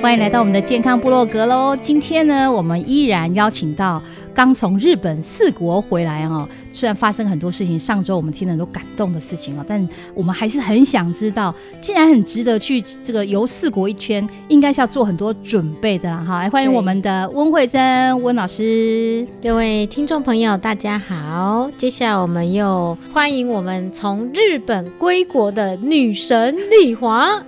欢迎来到我们的健康部落格喽！今天呢，我们依然邀请到刚从日本四国回来哦。虽然发生很多事情，上周我们听了很多感动的事情哦，但我们还是很想知道，既然很值得去这个游四国一圈，应该是要做很多准备的啦哈。来，欢迎对我们的温慧珍温老师。各位听众朋友，大家好！接下来我们又欢迎我们从日本归国的女神丽华。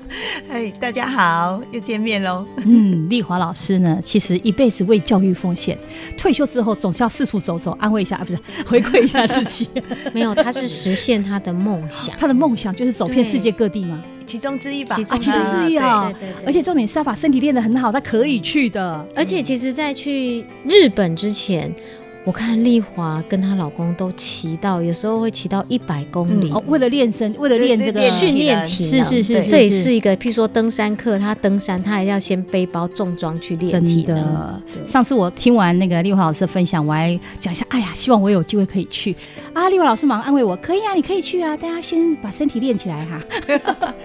哎，大家好，又见面喽！嗯，丽华老师呢，其实一辈子为教育奉献，退休之后总是要四处走走，安慰一下啊，不是回馈一下自己。 没有，她是实现她的梦想。他的梦想就是走遍世界各地嘛。其中之一吧， 其中啊其中之一啊对对对对嗯而且重点是他把身体练得很好，他可以去的。而且其实，在去日本之前，嗯我看丽华跟她老公都骑到，有时候会骑到一百公里。哦，为了练身，为了练这个对训练体是能是是，对是这也是一个，譬如说登山课，她登山，她也要先背包重装去练体真能。的对。上次我听完那个丽华老师的分享，我还讲一下，哎呀，希望我有机会可以去啊！丽华老师忙安慰我，可以啊，你可以去啊，大家先把身体练起来哈、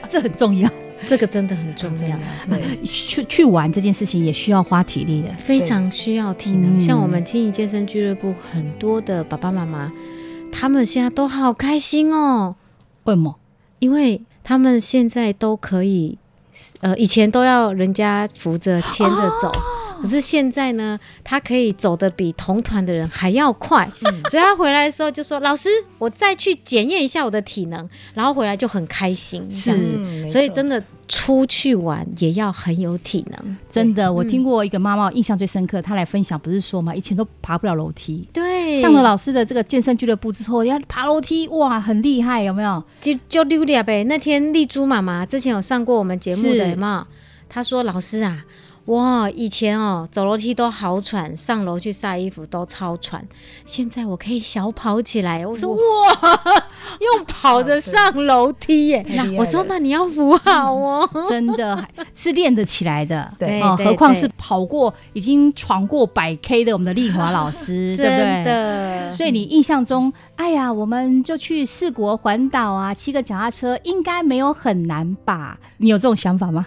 这很重要。这个真的很重要，对，去去玩这件事情也需要花体力的。非常需要体能。嗯像我们轻盈健身俱乐部很多的爸爸妈妈，他们现在都好开心哦，为什么？因为他们现在都可以，呃，以前都要人家扶着牵着走。可是现在呢，他可以走得比同团的人还要快，所以他回来的时候就说：“老师，我再去检验一下我的体能。”然后回来就很开心，这样子。嗯所以真的的出去玩也要很有体能，真嗯的，我听过一个妈妈，我印象最深刻，她来分享不是说嘛，以前都爬不了楼梯，对，上了老师的这个健身俱乐部之后，要爬楼梯，哇，很厉害，有没有？就就溜达呗。那天丽珠妈妈之前有上过我们节目的是有没有？她说老师啊，哇，以前哦走楼梯都好喘，上楼去晒衣服都超喘，现在我可以小跑起来。我说哇， 用跑着上楼梯耶太厉害。了嗯我说那你要扶好哦。 真的还是练得起来的。对哦，对何况对是跑过已经闯过百 K 的我们的丽华老 师，对真不对？的，所以你印象中，哎呀，我们就去四国环岛啊，骑个脚踏车应该没有很难吧？你有这种想法吗？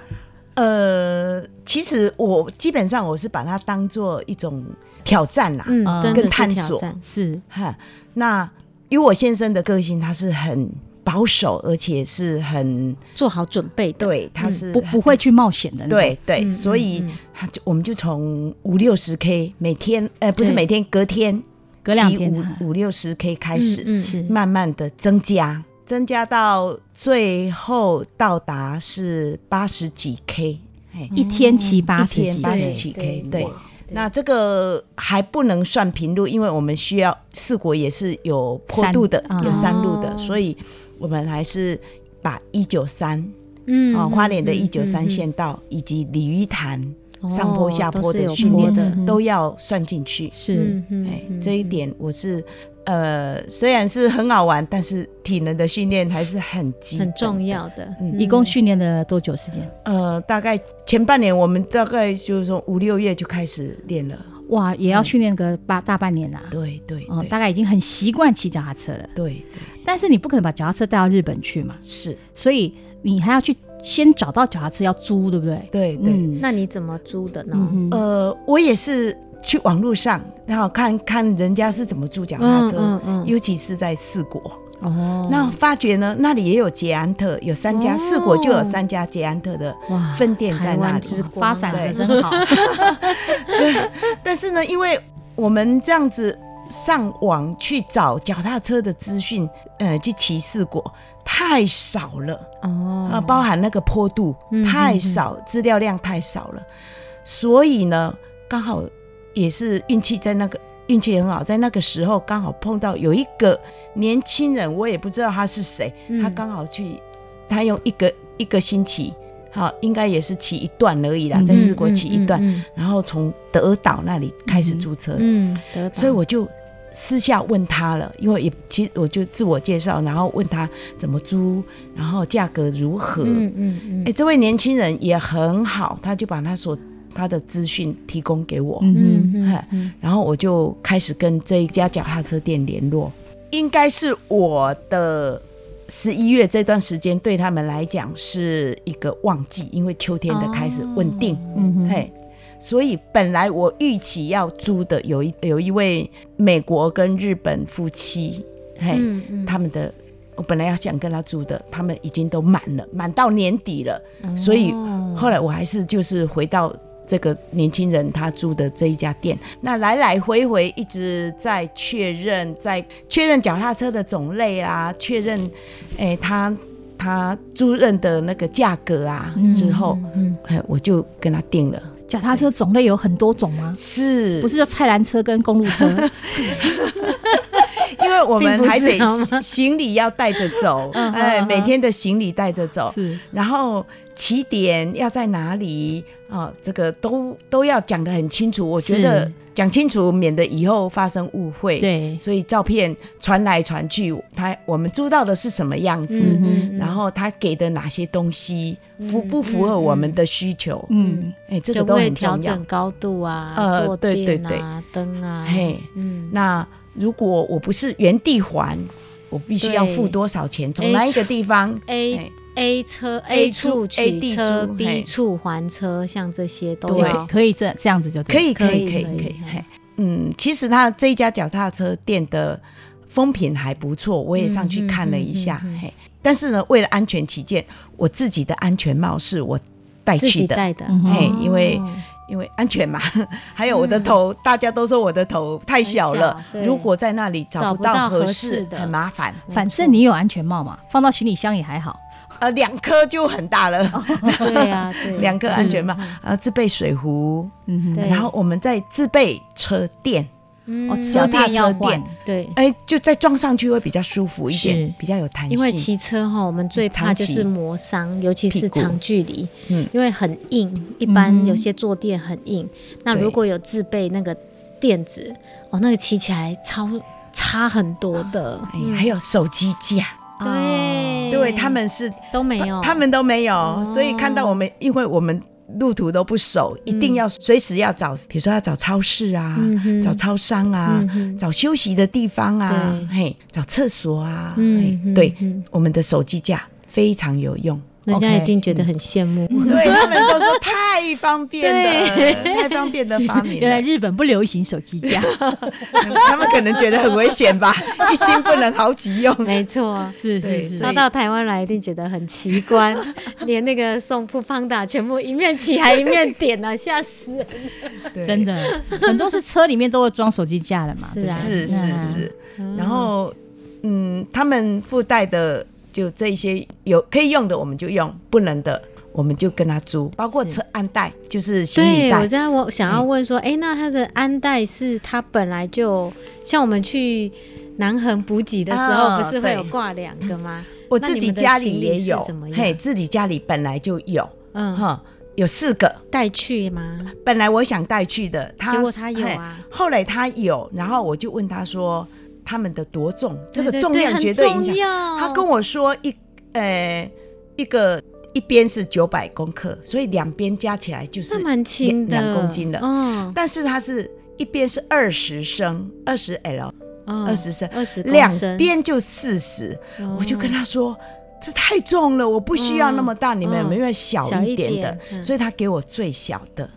呃，其实我基本上我是把它当做一种挑战啦，嗯，嗯真的跟是探挑索战。是，哈。那因为我先生的个性，他是很保守，而且是很做好准备的。对，他是不不会去冒险的。，对对，嗯所以嗯嗯他就我们就从五六十 K 每天，呃，不是对每天，隔天隔两骑天啊五五六十 K 开始，嗯是慢慢的增加，增加到最后到达是八十几 K，嘿，一天骑八嗯一十天几，八十对几 K，对对哇。那这个还不能算平路，因为我们需要四国也是有坡度的山，有山路哦的，所以我们还是把一九三嗯啊，花莲的嗯一九三嗯县道以及鲤鱼潭嗯上坡哦下都坡是的有训坡练的嗯都要算进去。是。嗯哎，嗯这一点我是呃，虽然是很好玩，但是体能的训练还是很基很本重的。要的，嗯一共训练了多久时间？呃，大概前半年我们大概就是说五六月就开始练了，哇，也要训练个八大半年啊。对对哦，对大概已经很习惯骑脚踏车了，对对但是你不可能把脚踏车带到日本去嘛，是，所以你还要去先找到脚踏车要租，对不对？对对。嗯，那你怎么租的呢？嗯哼呃，我也是去网络上，然后看看人家是怎么租脚踏车，嗯嗯嗯尤其是在四国。哦，那发觉呢，那里也有捷安特，有三家，哦四国就有三家捷安特的哇分店在台湾那里。之嗯光发展的真好，但是呢，因为我们这样子上网去找脚踏车的资讯，呃，去骑四国太少了。哦啊，包含那个坡度嗯太少，资料量太少了，所以呢，刚好也是运气在那个运气很好，在那个时候刚好碰到有一个年轻人，我也不知道他是谁，嗯他刚好去，他用一个一个星期，好、应该也是骑一段而已啦，在四国骑一段，嗯然后从德岛那里开始租车，嗯，嗯得到呃所以我就私下问他了，因为也其实我就自我介绍，然后问他怎么租，然后价格如何。嗯嗯嗯哎、，这位年轻人也很好，他就把他所他的资讯提供给我，嗯嗯哎嗯然后我就开始跟这一家脚踏车店联络。应该是我的十一月这段时间对他们来讲是一个旺季，因为秋天的开始稳定，嗯哦哼，嘿，所以本来我预期要租的有一有一位美国跟日本夫妻，嘿，嗯嗯他们的我本来要想跟他租的，他们已经都满了，满到年底了，哦所以后来我还是就是回到。这个年轻人他租的这一家店，那来来回回一直在确认，在确认脚踏车的种类啊，确认，诶、他他租赁的那个价格啊，嗯之后，嗯哎，我就跟他定了，脚踏车种类有很多种吗？是不是就菜篮车跟公路车？ 因为我们还得并不是行行李要带着走，哎，每天的行李带着走，是然后起点要在哪里啊、这个都都要讲得很清楚。我觉得是讲清楚，免得以后发生误会。，对，所以照片传来传去，他我们租到的是什么样子，嗯嗯然后他给的哪些东西，符不符合我们的需求？嗯，哎，这个就都会很调重要整。高度啊，呃坐对对垫啊，灯啊，嘿，嗯，那如果我不是原地还，我必须要对付多少钱？从哎哪一个地方？ A 哎 A 车 A 处处 A 取地车租，B 嘿处还车，像这些都对要。可以这这样子就对可以，可以，可可以以，可可以以嗯。嘿，嗯，其实他这一家脚踏车店的风评还不错，我也上去看了一下。嗯嗯嗯嗯嘿，但是呢，为了安全起见，我自己的安全帽是我带自己去的，带的，嗯哼嘿哦嗯因为因为安全嘛。 还有我的头，大家都说我的头太小了小，对如果在那里找找不不到到合合适适，的很麻烦。反正你有安全帽嘛，放到行李箱也还好。呃，两颗就很大了，对啊，对， 两颗安全帽嗯，呃，自备水壶，嗯对哼，然后我们再自备车垫。嗯哦，脚车踏垫车要垫换，对，哎，就再装上去会比较舒服一点是，比较有弹性。因为骑车哈，我们最怕长就期是磨伤，尤其是屁股长距离，嗯因为很硬，一嗯般哼有些坐垫很硬，那对如果有自备那个垫子，哦，那个骑起来超差很多的，嗯哎，还有手机架，哦对，对他们是都没有，他们都没有，哦所以看到我们，因为我们路途都不熟，一定要随时要找，比如说要找超市啊，嗯哼找超商啊，嗯哼找休息的地方啊对，嘿，找厕所啊，嗯嘿嗯对嗯，我们的手机架非常有用。 人家 OK，一定觉得很羡慕，对他们都说太方便了，太方便的发 明原来了。日本不流行手 机架，他们可能觉得很危险吧，一心不能好几用。没错。是对是是所以，他到台湾来一定觉得很奇 观，连那个送铺方达全部一面骑还一面点 啊，吓死人！对真 的，很多是车里面都会装手机架的嘛，是对啊是嗯是是，然后嗯，他们附带的就这一些有可以用的我们就用，不能的我们就跟他租，包括车安带就是行李对，我带，在我想要问说，哎、那他的安带是他本来就像我们去南横补给的时候，啊不是会有对挂两个吗？我那自你己们的家行里李也是有怎么，样嘿，自己家里本来就有，嗯，哈，有四个，带去吗？本来我想带去的，他结果他有嘿啊后来他有，然后我就问他说他们的多重，这对个对重对量很绝对影响重。要。他跟我说一呃一个一边是九百公克，所以两边加起来就是那蛮轻的，两两公斤的嗯，但是它是一边是二十升，二十 L，二二十升，嗯二哦十嗯哦两边就四十。我就跟他说。这太重了，我不需要那么大，你们有没有小小一一点的？点嗯所以他给我最小的。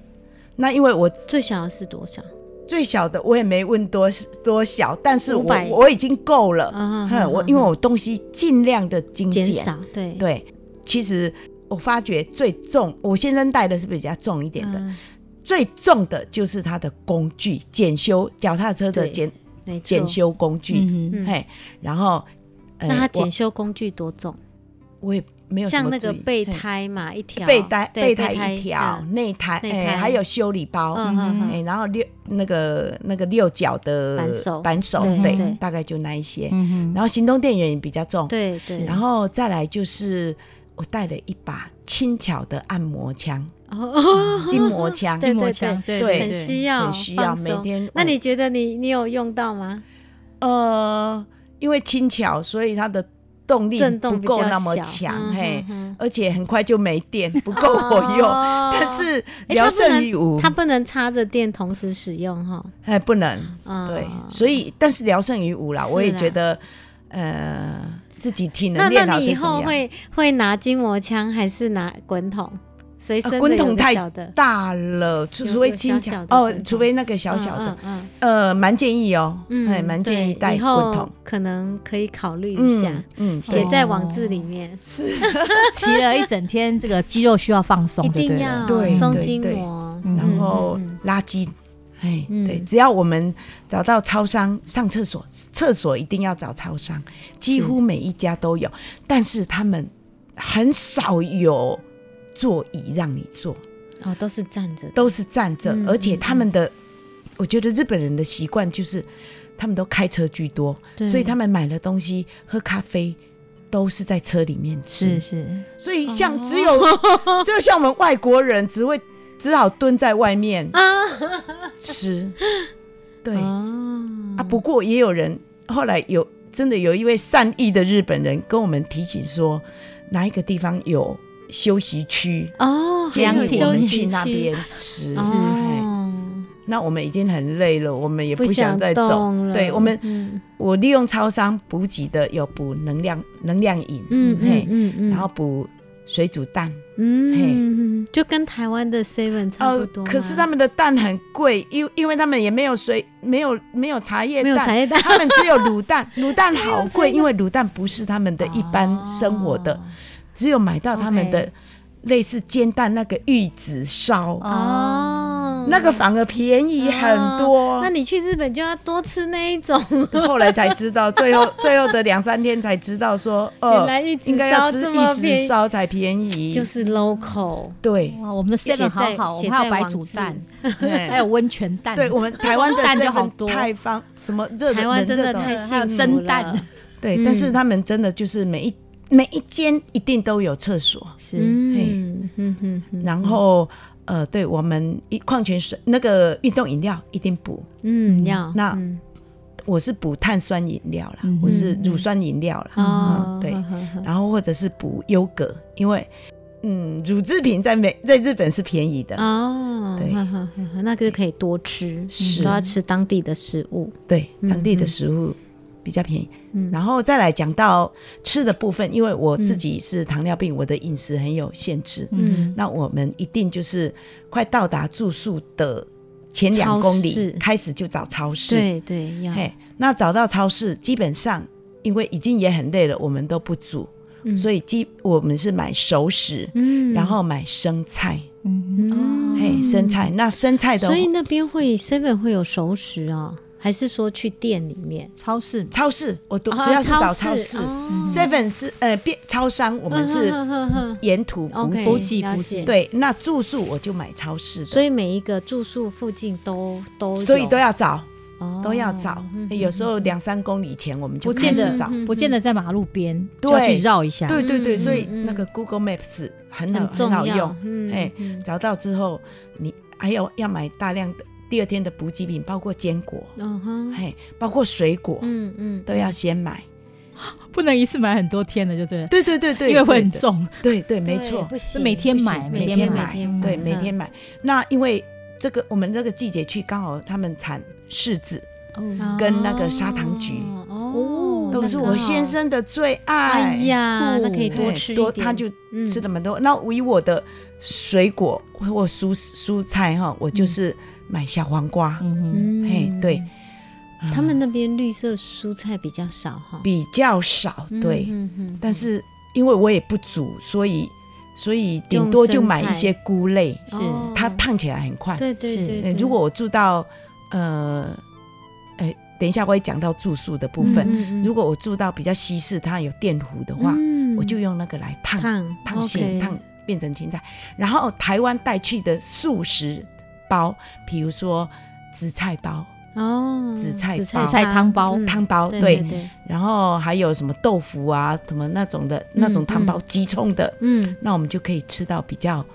那因为我最小的是多少？最小的我也没问多多小，但是我500我已经够了。啊哼，我因为我东西尽量的精减简。少对对，其实我发觉最重，我先生带的是比较重一点的，嗯最重的就是他的工具，检修脚踏车的对检没错检修工具。嗯哼嗯嘿，然后，呃那它我检修工具多重？我也没有什像么那个注意备。嘿胎嘛，一条备胎备对胎一条，嗯内胎内哎，胎还有修理包，嗯嗯哎，嗯，然后六那个那个六角的扳手对对对大概就那一些。嗯哼然后行动电源也比较重，对对，然后再来就是我带了一把轻巧的按摩枪、哦筋膜啊枪，对筋膜对枪，对对很需对，要很需要放松每天那我你觉得你你有用到吗？呃，因为轻巧，所以它的动力震不动比够较那么小强，嗯嘿哼，哼而且很快就没电，不 够我用。哦但是诶聊它不能胜于无，它不能插着电同时使用哈。哎不能，嗯对，所以但是聊胜于无啦，是我也觉啦得，呃，自己体那能练那好你以就怎后么样。会会拿筋膜枪还是拿滚筒？随身啊的滚有筒个太小的，大了，除有除非个轻小巧小的哦滚，筒除非那个小小的，嗯，嗯呃，蛮建议哦，嗯，哎，蛮建议对带以滚后筒，可能可以考虑一下嗯，嗯，对写在网志里面，是，骑了一整天，这个肌肉需要放松，一就定对了要对松对筋对膜，嗯然后嗯嗯垃圾，哎，嗯对，只要我们找到超商上厕所，厕所一定要找超商，几乎每一家都有，但是他们很少有座椅让你坐，哦，都是站着的，都是站着，嗯而且他们的，我觉得日本人的习惯就是他们都开车居多，对所以他们买了东西、喝咖啡都是在车里面吃是，是，所以像只有、哦 只有像我们外国人只会只好蹲在外面啊， 吃，对、哦啊，不过也有人后来有真的有一位善意的日本人跟我们提醒说，哪一个地方有休息区，哦，建还有议我休们息去那区边吃，嘿哦，那我们已经很累了，我们也不想再走动。了，对我们，嗯我利用超商补给的有补能量能量饮，嗯嘿嗯嗯嗯，然后补水煮蛋，嗯，嗯就跟台湾的 Seven 差不多呃啊吗、可是他们的蛋很贵，因因为他们也没有水，没有没有茶叶没有茶蛋，叶蛋，他们只有卤蛋， 卤蛋好 贵，因为卤蛋不是他们的一般生活的，只有买到他们的哦 OK 类似煎蛋那个玉子烧，哦，那个反而便宜很多。哦那你去日本就要多吃那一种，后来才知道，最后最后的两三天才知道 说，原哦，来玉子应该要烧吃这一么便直宜，烧才便宜，就是 local 对，哇，我们的写 seven 好在好，我写们还在有白网煮志蛋，还哎有温泉蛋，对我们台 湾的蛋就好 seven 多太方什么热的台湾冷真热的的，太幸还有福蒸了蛋，对，嗯但是他们真的就是每一每一间一定都有厕所，是 嗯嗯嗯嗯，然后呃，对我们一矿泉水那个运动饮料一定补，嗯要那嗯我是补碳酸饮料啦嗯，我是乳酸饮料啦，哦嗯对呵呵呵然后或者是补优格，因为嗯，乳制品在美在日本是便宜的，哦，对呵呵呵呵那就可以多吃，嗯是都要吃当地的食物，对，嗯当地的嗯食物比较便宜。嗯然后再来讲到吃的部分，因为我自己是糖尿病，我的饮食很有限制。嗯那我们一定就是快到达住宿的前两超公市里开始就找超市。，对对要，嘿，那找到超市，基本上因为已经也很累了，我们都不煮，嗯所以基我们是买熟食，嗯然后买生菜。嗯嗯嘿，生菜，那生菜的所以那边会 Seven 会有熟食啊、还是说去店里面？超嗯市嗯超市，我都主啊要是找哦超市市。哦 Seven 是呃，变超商我们是嗯哼哼哼哼沿途补 OK，给。给了补解给，对，那住宿我就买超市的，所以每一个住宿附近都都所以都要找，哦嗯都要找。有时候两三公里前我们就不见开得始找。不见得在马路边，对就要去绕一下，对对对，嗯所以嗯那个 Google Maps 很好很重好要用。，嗯哎嗯找到之后，你还有要买大量的第二天的补给品，包括坚果，嗯哼，嘿，包括水果嗯嗯，都要先买。不能一次买很多天的，就对了，对对对对，因为会对很的。重，对对，对没错不，是行，每天不行买，每每天天买嗯买，对，每天买。那因为这个我们这个季节去，刚好他们产柿子跟那个砂糖橘，哦，都是我先生的最爱。哎呀，哦那可以多对吃一多点，他就嗯吃了蛮多。那以我的水果或或蔬蔬菜哈，我就是买小黄瓜，嗯嗯嘿对。嗯他们那边绿色蔬菜比较少哈，比较少，对。嗯嗯但是因为我也不煮，所以所以顶用多就生买一菜些菇类，是哦它烫起来很快。对对是对呃对，如果我住到呃，哎、等一下我会讲到住宿的部分。嗯嗯嗯如果我住到比较西式，它有电炉的话，嗯我就用那个来烫烫烫青 OK 烫变成青菜。然后台湾带去的素食包，比如说紫菜包、哦，紫菜包紫菜汤包嗯汤包，对对，对对，然后还有什么豆腐啊，什么那种的那种汤包，急冲的，嗯，那我们就可以吃到比较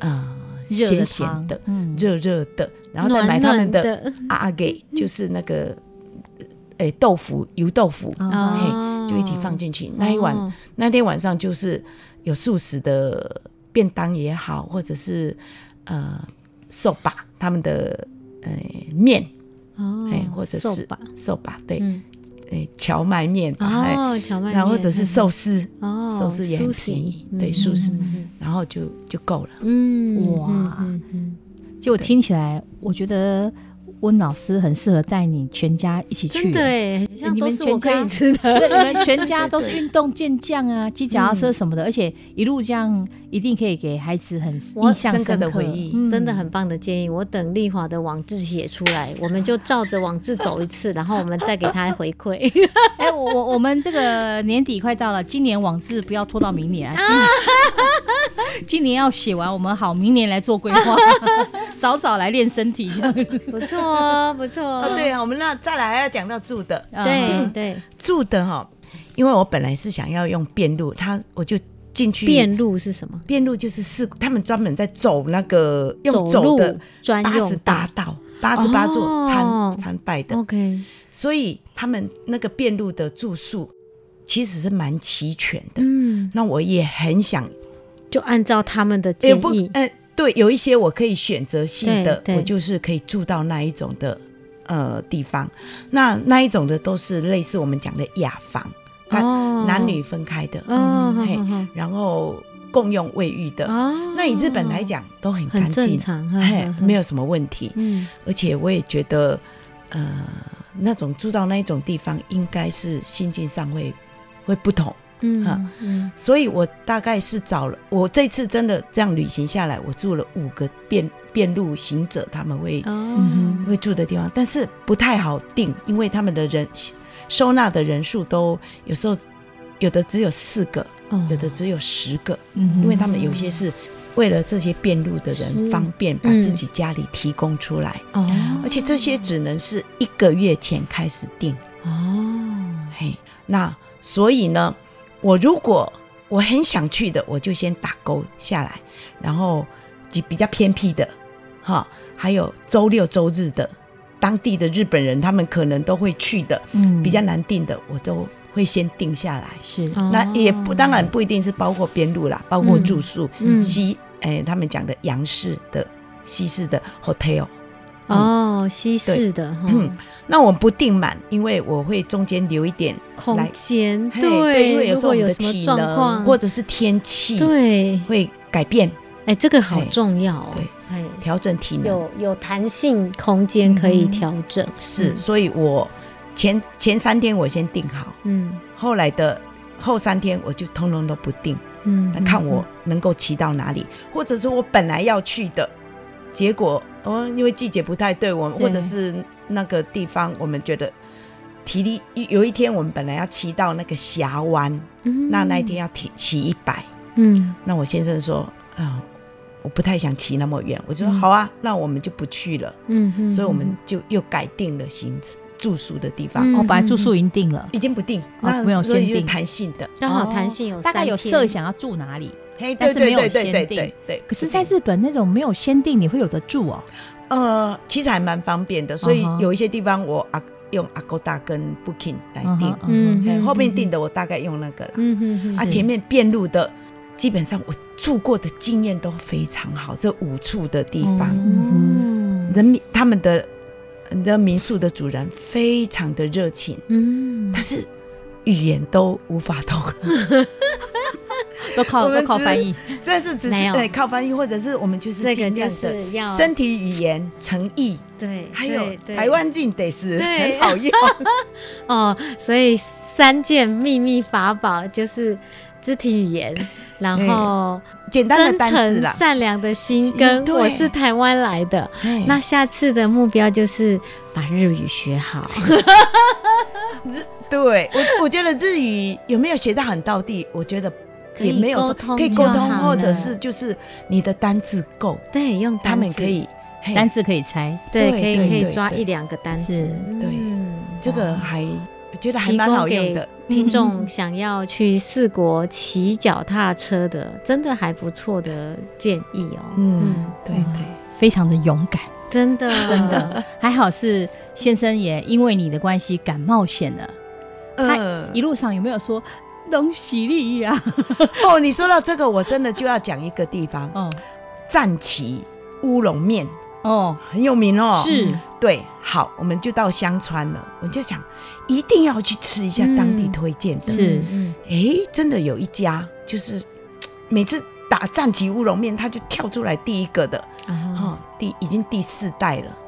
呃热咸的咸汤的、嗯热热的，然后再买他们暖暖的的阿阿给，就是那个呃诶豆腐油豆腐，嗯哦嘿，就一起放进去。那一晚、哦那天晚上就是有素食的便当也好，或者是呃寿把他们的呃面，哦，哎、或者瘦是吧寿把对，嗯哎、荞麦面吧，哎、哦，荞麦面，然后或者是寿司，哦，寿司也很便宜，对，素食，然后就就够了。嗯，哇嗯，嗯就我听起来，我觉得温老师很适合带你全家一起去。真的哎，很像你都们是我全可家以吃的，对，你们全家都是运动健将啊，骑脚踏车什嗯么的，而且一路这样，一定可以给孩子很我印象深刻刻的回忆嗯 真的很棒的建议。我等丽华的网志写出来，我们就照着网志走一 次，然后我们再给他回馈。 哎、我我我们这个年底快到了，今年网志不要拖到明年啊， 今年今年要写完，我们好明年来做规 划，早早来练身体这样子。不错哦，不错哦哦，，对啊，我们那再来还要讲到住的， 啊啊对对，住的哈、因为我本来是想要用遍路，他我就进去变路是什么？遍路就是四，他们专门在走那个用走路的专八十用八道。道。八十八座参、哦参拜的， OK，所以他们那个遍路的住宿其实是蛮齐全的。嗯，那我也很想就按照他们的也建不议，呃，对，有一些我可以选择性的，对对我就是可以住到那一种的呃地方。那那一种的都是类似我们讲的雅房，它哦呃男女分开的，嗯哦，嘿哦然后共用卫浴的。哦那以日本来，讲都很很干正净，常嗯嘿呵呵，呵没有什么问题。嗯，而且我也觉得，呃，那种住到那一种地方，应该是心境上会会不同。嗯哈嗯，所以我大概是找了，我这次真的这样旅行下来，我住了五个遍遍路行者他们会、哦，会住的地方，但是不太好定，因为他们的人收纳的人数都有时候有的只有四个，哦有的只有十个，嗯因为他们有些是为了这些遍路的人是方便，把嗯自己家里提供出来，哦而且这些只能是一个月前开始定。哦，嘿，那所以呢，我如果我很想去的，我就先打勾下来，然后比比较偏僻的，哈，还有周六周日的，当地的日本人他们可能都会去的，嗯比较难定的，我都会先定下来。是哦那也不当然不一定是包括边路啦，包括嗯住宿，嗯西诶、他们讲的洋式的、西式的 hotel，哦，西式的哈，嗯那我不定满，因为我会中间留一点来空间嘿对，因为有如时候我们果有的什么体状能况或者是天气对，会改变，哎，这个好嘿重要哦，对哎，调整体能有有弹性空间可以调整，嗯是，所以我前前三天我先定好，嗯后来的后三天我就通通都不定，嗯那，看我能够骑到哪里，或者说我本来要去的，结果哦，因为季节不太对我们，对或者是那个地方我们觉得。体力有一天，我们本来要骑到那个峡湾，嗯那那一天，要骑骑一百，嗯那我先生说，啊、我不太想骑那么远。我就说、嗯好啊，那我们就不去了。嗯嗯，所以我们就又改定了行程住宿的地方，嗯我、哦、把住宿营定了，已经不定，哦那没有所以先就定弹性的。刚好哦弹性有大概有三设天，啊想要住哪里。嘿，对但是对没有对对对先定对对。可是，在日本那种没有先定，你会有的住哦。呃，其实还蛮方便的，所以嗯哼有一些地方我啊用 Agoda 跟 Booking 来嗯定哼，嗯嘿嗯后面定的我大概用那个了。嗯嗯嗯，啊，是前面遍路的，基本上我住过的经验都非常好，这五处的地方。嗯人民他们的的民宿的主人非常的热情，嗯，但是语言都无法通， 都靠我们都靠只哎翻译，但是只是没有对靠翻译，或者是我们就是这个尽就量的是要身体语言、诚意，对，还有对对台湾境得是对很好 用。哦，所以三件秘密法宝就是肢体语言，然后简单的真单字诚、啦。善良的心跟对我是台湾来的。哎那下次的目标就是把日语学 好。日对我，我觉得日语有没有学到很到地，我觉得可以也没有沟说通可以就沟好通，了或者是就是你的单字够，对，用单他们字可以嘿单字可以猜。对对，可以对可以对抓对一两个单词是。对嗯这个哇还我觉得还提蛮供好给用的。听嗯众想要去四国骑脚踏车的，真的还不错的建议哦。嗯，对嗯对。非常的勇敢，真 的，真嗯的， 还好是先生也因为你的关系敢冒险了。他嗯一路上有没有说东西利呀？ 哦，你说到这个，我真的就要讲一个地方，哦战旗乌龙面哦，很有名哦。是对，好，我们就到香川了。我就想，一定要去吃一下当地嗯推荐的。是嗯，诶，真的有一家，就是嘖每次打战旗乌龙面，他就跳出来第一个的，哦，哦，第已经第四代了。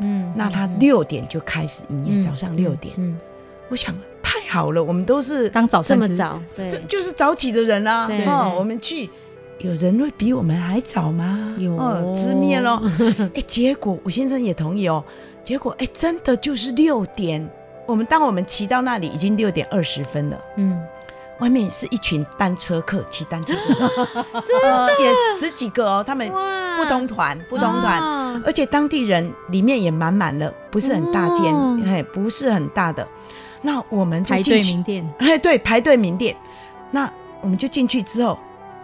嗯，那他六点就开始营业，嗯早上六点。嗯，我想太好了，我们都是当早这餐么吃早，对这，就是早起的人啦、对哦，对我们去，有人会比我们还早吗？有哦，吃面喽。 哎、结果我先生也同意哦。结果哎、真的就是六点。我们当我们骑到那里，已经六点二十分了。嗯，外面是一群单车客，骑单车 客，呃，也十几个哦，他们哇嗯不同团，不同团，哦而且当地人里面也满满了，不是很大间，哦嘿，不是很大的。那我们就排进队去名，店，哎，对，排队名店。那我们就进去之后，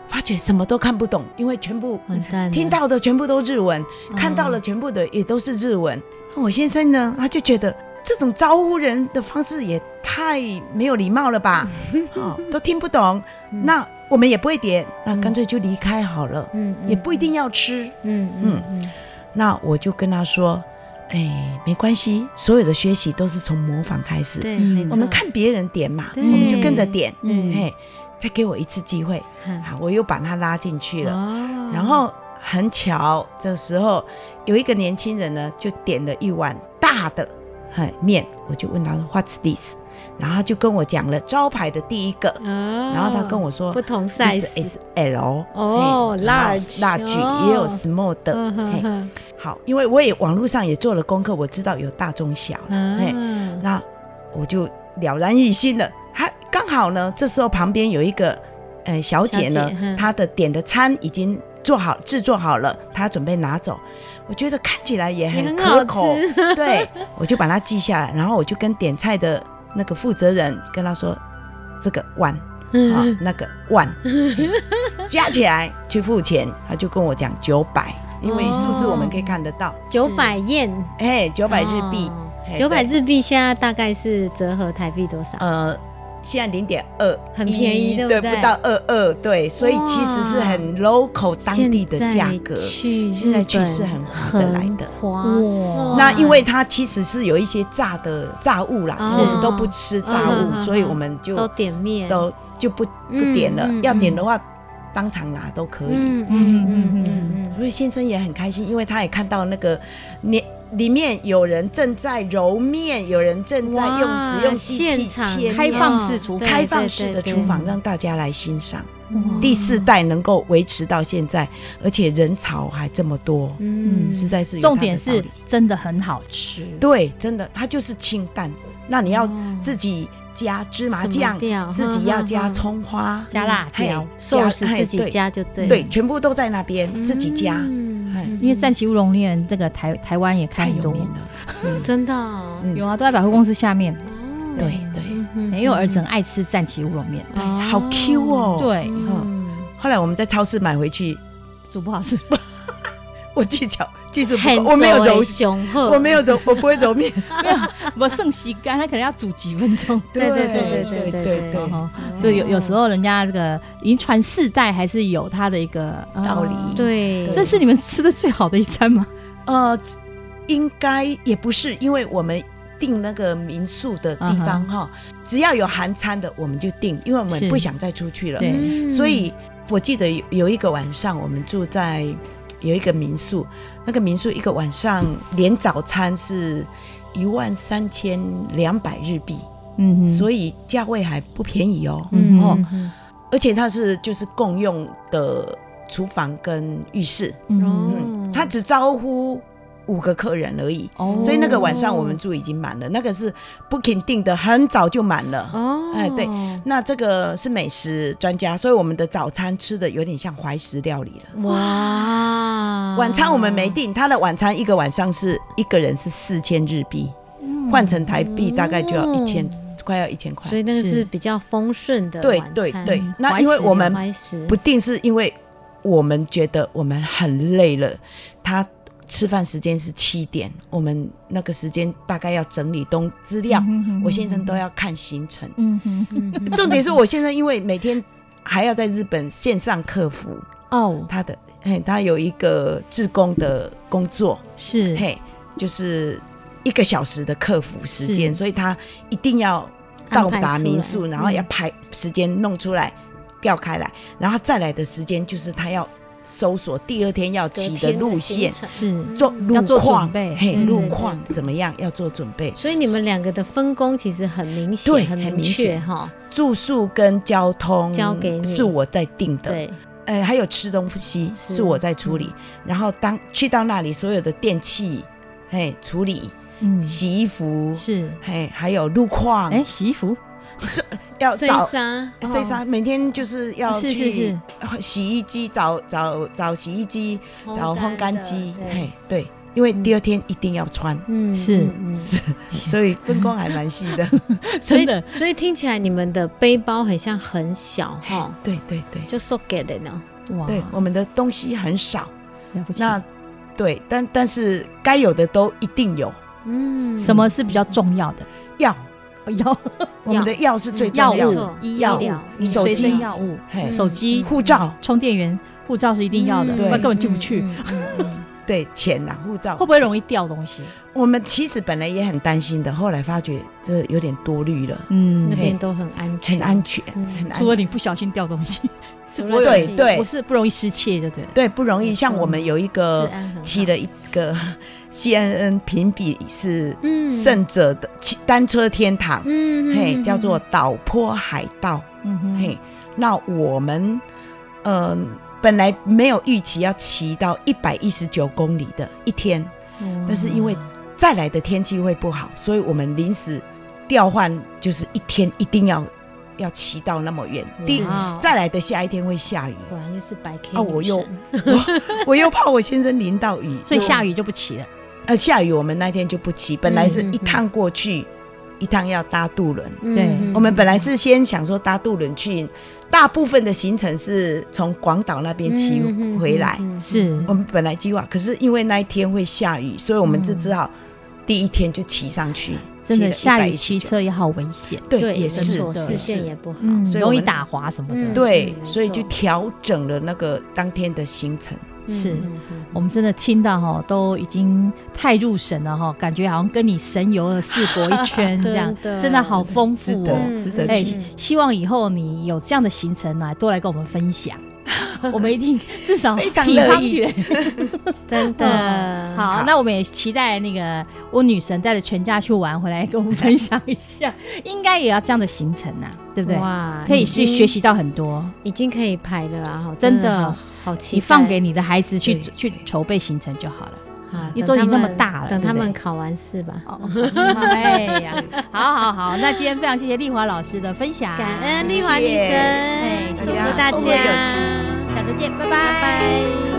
发觉什么都看不懂，因为全部完蛋了，嗯听到的全部都日文，看到了全部的也都是日文。我先生呢，他就觉得这种招呼人的方式也太没有礼貌了吧，嗯 哦，都听不懂。那我们也不会点，那干脆就离开好了，嗯，嗯，也不一定要吃。嗯，嗯嗯那我就跟他说，哎，没关系，所有的学习都是从模仿开嗯，始。对，嗯没错我们，看别人点嘛，我对们就跟着点，嗯嘿，再给我一次机会，嗯啊，我又把他拉进去了。哦然后很巧，这时候有一个年轻人呢，就点了一碗大的哎面，我就问他说 What's this？然后他就跟我讲了招牌的第一个，哦然后他跟我说不同 This size， is L 哦嘿然后 large，哦 large 也有 small 的，嗯嘿哼哼好，因为我也网络上也做了功课，我知道有大中小了，嘿，嗯那我就了然于心了。还刚好呢，这时候旁边有一个呃小姐呢小姐嗯她的点的餐已经做好制作好了，她准备拿走。我觉得看起来也也很很可好口，吃 对，我就把它记下来，然后我就跟点菜的那个负责人跟他说，这个碗嗯啊、那个碗 加起来去付钱，他就跟我讲九百，因为数字我们可以看得到，九百燕，哎、九百日币，嘿哦九百对日币现在大概是折合台币多少？呃，现在零点二，很便宜对对不对不到二二，对，所以其实是很 local 当地的价格。去现在去日本是很划得来的很划哇算。那因为它其实是有一些炸的炸物啦，哦我们都不吃炸嗯嗯物，嗯所以我们就都点面，都就不不点了。嗯嗯要点的话，当场拿都可以。嗯嗯嗯嗯所以先生也很开心，因为他也看到那个你。里面有人正在揉面，有人正嗯，在用使用机器现场切面开放式厨对开放式的对对厨房对让大家来欣赏。哇第四代能够维持到现在，而且人潮还这么多，嗯实在是有它的重点是道理真的很好吃。对，真的，它就是清淡。那你要哦自己加芝麻什么嗯酱，料自己要呵加呵呵葱花、加辣椒嘿寿司嘿自己哎对加就对了，对，全部都在那边嗯自己哎加，嘿因为战旗乌龙面这个台台湾也开太很有多，名了。真的哦嗯有啊，都在百货公司下面。对对，嗯因为我儿子很哎爱吃战旗乌龙面，啊好 Q，哦。，对，嗯后来我们在超市买回去，煮不好 吃，我技巧技术不很哎够，我没有揉，雄厚，我没有揉，我不会揉面。我剩洗干，他可能要煮几分钟。对对对对对对对对对哦，就有有时候人家这个遗传世代还是有他的一个道理哦对，这是你们吃的最好的一餐吗？呃，应该也不是，因为我们订那个民宿的地方哈、只要有含餐的我们就订，因为我们是不想再出去了。对，嗯所以我记得有有一个晚上，我们住在有一个民宿，那个民宿一个晚上连早餐是一万三千两百日币，嗯哼，以所以价位还不便宜哦。嗯哦哼，而且它是就是共用的厨房跟浴室，嗯嗯，它只招呼五个客人而已。哦所以那个晚上我们住已经满了，那个是 Booking 定的，很早就满了。哦，哎对那这个是美食专家，所以我们的早餐吃的有点像怀石料理了。哇，晚餐我们没定，他的晚餐一个晚上是一个人是四千日币，换成台币大概就要一千、快要一千所块。以那个是是比较丰盛的对晚餐对对嗯，那因为我们怀石不定是因为我们觉得我们很累了，他吃饭时间是七点，我们那个时间大概要整理东资料，我先生都要看行程。嗯哼，重点是我先生因为每天还要在日本线上客服，哦，他的嘿，他有一个志工的工作，是，嘿，就是一个小时的客服时间，是所以他一定要到达安排出来嗯民宿，然后要排时间弄出来，调开来，然后再来的时间就是他要搜索第二天要骑的路线，是，做要路做况准，备嘿，对路对况怎么样要做准备，所以你们两个的分工其实很明对显，很明明确显哈。住宿跟交通交给你是我在定的，对，呃，还有吃东西是是我在处理，然后当去到那里，所有的电器，嘿，处理，嗯，洗衣服，嗯是，嘿，还有路况，哎，洗衣服要塞哦找沙谁啥，每天就是要是是去是洗衣机找找找洗衣机，找烘干哦的机，对嘿，对，因为第二天一定要穿，嗯，是嗯嗯是，所以分工还蛮细 的，所以真的所以听起来你们的背包很像很小哈，对对对就 so get 的呢。哇，对，我们的东西很少，了哦不起。那对，但但是该有的都一定有，嗯，什么是比较重要的？药，哦药嗯我们的药是嗯最重药要的。物的、医药药物物、手随身机药物、嘿嗯手机、护照、充电源、护照是一定要的，嗯不然根本进不嗯去。嗯嗯嗯嗯对钱呐、护照会不会容易掉东西？我们其实本来也很担心的，后来发觉这有点多虑了，嗯 那边都很安全，很安全，嗯很安除了你不小心掉东西，是除不了会 对自己对不是不容易失窃，对不对？对不容易。嗯像我们有一治个安很好骑呃了一个 CNN 评比是嗯胜者的骑单车天堂，嗯嘿，叫做岛坡海盗，嗯哼，嘿。那我们嗯、呃本来没有预期要骑到一百一十九公里的一天，哦但是因为再来的天气会不好，所以我们临时调换，就是一天一定要要骑到那么远。第啊哇再来的下一天会下雨，果然就是白 K 啊女我又神我又怕我先生淋到雨，所以就下雨就不骑了。呃下雨我们那天就不骑，本来是嗯嗯一趟过去，一趟要搭渡轮。对 嗯嗯我们本来是先想说搭渡轮去，大部分的行程是从广岛那边骑嗯嗯回来。嗯嗯嗯是我们本来计划，可是因为那一天会下雨，所以我们就嗯只好第一天就骑上去。真的，骑了下雨119骑车也好危险，对，对，也是没错视也是线也不好，嗯，所以我容易们打滑什么嗯的。对嗯，没所以就错调整了那个当天的行程。是嗯嗯我们真的听到哈，都已经太入神了哈，感觉好像跟你神游了四国 一圈这样，真的真的好丰富值得哦。值得哎、去嗯希望以后你有这样的行程来多来跟我们 分享，我们一定至少非常品乐尝意起来真的嗯好，那我们也期待那个我女神带着全家去玩回来，跟我们分享一下，应该也要这样的行程啊，对不对？哇可以已去经学习到很多，已经可以排了啊，好真的的好好期你待放给你的孩子去对去筹备行程就好了。啊，你等都已经他那么们大了等他对不对们考完试吧。哦，哎呀，好好好，那今天非常谢谢丽华老师的分享，感恩谢丽华女谢神，谢谢祝大家福哎大后会有家，期下周见，拜拜拜拜。